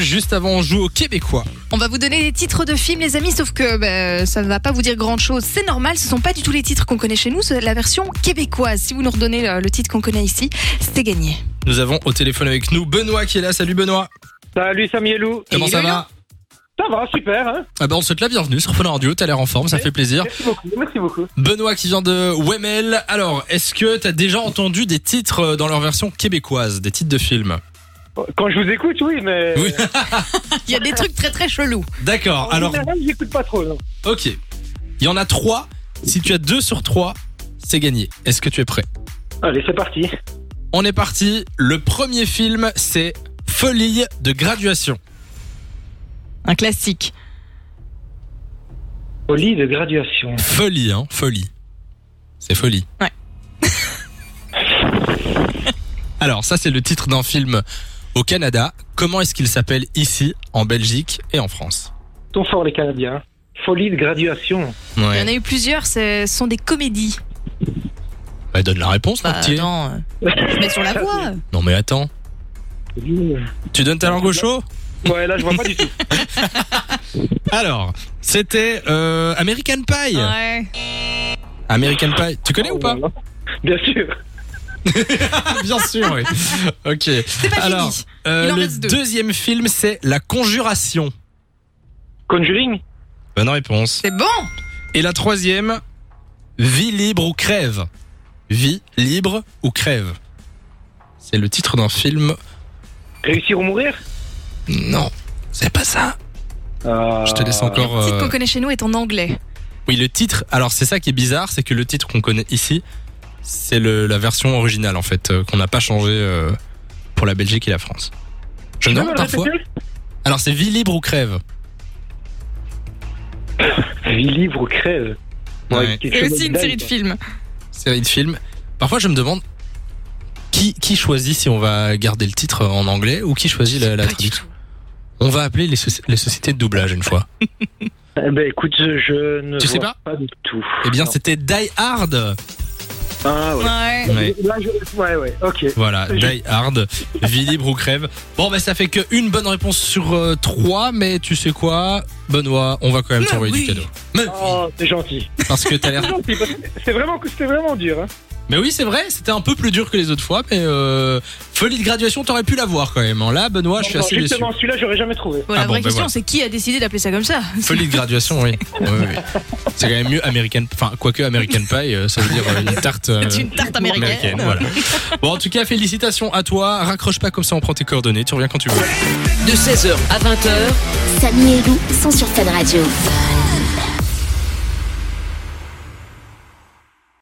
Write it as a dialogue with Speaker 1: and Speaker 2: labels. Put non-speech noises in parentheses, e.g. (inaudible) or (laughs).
Speaker 1: Juste avant, on joue au Québécois.
Speaker 2: On va vous donner des titres de films, les amis, sauf que bah, ça ne va pas vous dire grand chose. C'est normal, ce sont pas du tout les titres qu'on connaît chez nous, c'est la version québécoise. Si vous nous redonnez euh, le titre qu'on connaît ici, c'était gagné.
Speaker 1: Nous avons au téléphone avec nous Benoît qui est là. Salut Benoît.
Speaker 3: Salut Samielou,
Speaker 1: Comment
Speaker 2: Hello,
Speaker 1: ça va
Speaker 3: ça va, super, hein
Speaker 1: ah bah On te souhaite la bienvenue sur Fun Radio. T'as l'air en forme, ça fait plaisir.
Speaker 3: merci beaucoup, merci beaucoup.
Speaker 1: Benoît qui vient de Wemel. Alors, est-ce que t'as déjà entendu des titres euh, dans leur version québécoise, des titres de films
Speaker 3: Quand je vous écoute, oui, mais... euh,
Speaker 1: Oui.
Speaker 2: (laughs) Il y a des trucs très très chelous.
Speaker 1: D'accord.
Speaker 3: En
Speaker 1: Alors,
Speaker 3: général, j'écoute pas trop, non.
Speaker 1: ok. Il y en a trois. Si tu as deux sur trois, c'est gagné. Est-ce que tu es prêt
Speaker 3: Allez, c'est parti.
Speaker 1: On est parti. Le premier film, c'est Folie de graduation.
Speaker 2: Un classique.
Speaker 3: Au lit de graduation.
Speaker 1: Folie, hein, folie. C'est folie.
Speaker 2: Ouais.
Speaker 1: (laughs) Alors, ça, c'est le titre d'un film au Canada. Comment est-ce qu'il s'appelle ici, en Belgique et en France
Speaker 3: Ton fort, les Canadiens. Folie de graduation.
Speaker 2: Il y en a eu plusieurs, c'est- ce sont des comédies.
Speaker 1: Bah, donne la réponse, mon
Speaker 2: Bah,
Speaker 1: petit.
Speaker 2: attends, euh, je mets sur la voie.
Speaker 1: Non, mais attends.
Speaker 3: Ouais,
Speaker 1: Tu donnes ta langue au chaud
Speaker 3: là, je vois pas
Speaker 1: (laughs)
Speaker 3: du tout.
Speaker 1: Alors, c'était euh, American Pie.
Speaker 2: Ouais.
Speaker 1: American Pie. Tu connais ou pas
Speaker 3: Bien sûr.
Speaker 1: (laughs) Bien sûr, oui. Ok.
Speaker 2: C'est pas
Speaker 1: Alors,
Speaker 2: fini.
Speaker 1: euh,
Speaker 2: Il en
Speaker 1: le
Speaker 2: reste deux.
Speaker 1: deuxième film, c'est La Conjuration.
Speaker 3: Conjuring
Speaker 1: Bonne réponse.
Speaker 2: C'est bon
Speaker 1: Et la troisième, vie libre ou crève. Vie libre ou crève. C'est le titre d'un film.
Speaker 3: Réussir ou mourir
Speaker 1: Non, c'est pas ça. Je te
Speaker 3: Ah.
Speaker 1: laisse encore.
Speaker 2: Le titre
Speaker 1: euh,
Speaker 2: qu'on connaît chez nous est en anglais.
Speaker 1: Oui, le titre. Alors c'est ça qui est bizarre, c'est que le titre qu'on connaît ici, c'est le- la version originale en fait, euh, qu'on n'a pas changé euh, pour la Belgique et la France. Je me
Speaker 3: Non,
Speaker 1: demande parfois. Alors c'est vie libre ou crève.
Speaker 3: Vie libre ou crève
Speaker 1: Ouais.
Speaker 3: quelque
Speaker 2: C'est
Speaker 3: chose
Speaker 2: aussi une
Speaker 3: dingue,
Speaker 2: série de
Speaker 3: quoi.
Speaker 2: films.
Speaker 1: Série de films. Parfois je me demande qui qui choisit si on va garder le titre en anglais ou qui choisit la, la
Speaker 2: Pas du
Speaker 1: traduction.
Speaker 2: tout.
Speaker 1: On va appeler les, soci- les sociétés de doublage une fois.
Speaker 3: Eh ben, écoute, je- je ne
Speaker 1: Tu sais
Speaker 3: vois
Speaker 1: pas
Speaker 3: du tout.
Speaker 1: Eh bien,
Speaker 3: Non.
Speaker 1: c'était Die Hard.
Speaker 3: Ah, ouais.
Speaker 2: Ouais.
Speaker 1: Ouais.
Speaker 3: Là, je... Ouais, ouais, ok.
Speaker 1: Voilà,
Speaker 3: Je-
Speaker 1: Die Hard. Vie libre ou crève. Bon, bah, ça fait qu'une bonne réponse sur euh, trois, mais tu sais quoi, Benoît, on va quand même
Speaker 2: Mais
Speaker 1: t'envoyer
Speaker 2: oui.
Speaker 1: du cadeau. Mais
Speaker 3: Oh, c'est gentil.
Speaker 1: oui, parce que t'as l'air.
Speaker 3: C'est (laughs) gentil, parce que c'est vraiment, c'était vraiment dur, hein.
Speaker 1: Mais oui, c'est vrai, c'était un peu plus dur que les autres fois, mais euh, folie de graduation, t'aurais pu l'avoir quand même. hein. Là, Benoît, je suis
Speaker 3: Non,
Speaker 1: assez déçu.
Speaker 3: Justement, celui-là, j'aurais jamais trouvé.
Speaker 2: Bon, la
Speaker 1: Ah bon,
Speaker 2: vraie
Speaker 1: ben
Speaker 2: question,
Speaker 1: voilà.
Speaker 2: c'est qui a décidé d'appeler ça comme ça
Speaker 1: Folie de graduation,
Speaker 2: (laughs)
Speaker 1: oui. Oui, oui, oui. C'est quand même mieux American, enfin quoique American Pie, euh, ça veut dire euh, une tarte. euh,
Speaker 2: C'est une tarte américaine.
Speaker 1: voilà. Bon, en tout cas, félicitations à toi. Raccroche pas comme ça, on prend tes coordonnées. Tu reviens quand tu veux.
Speaker 4: de 16h à 20h.
Speaker 5: Samy et Lou sont sur Fun Radio.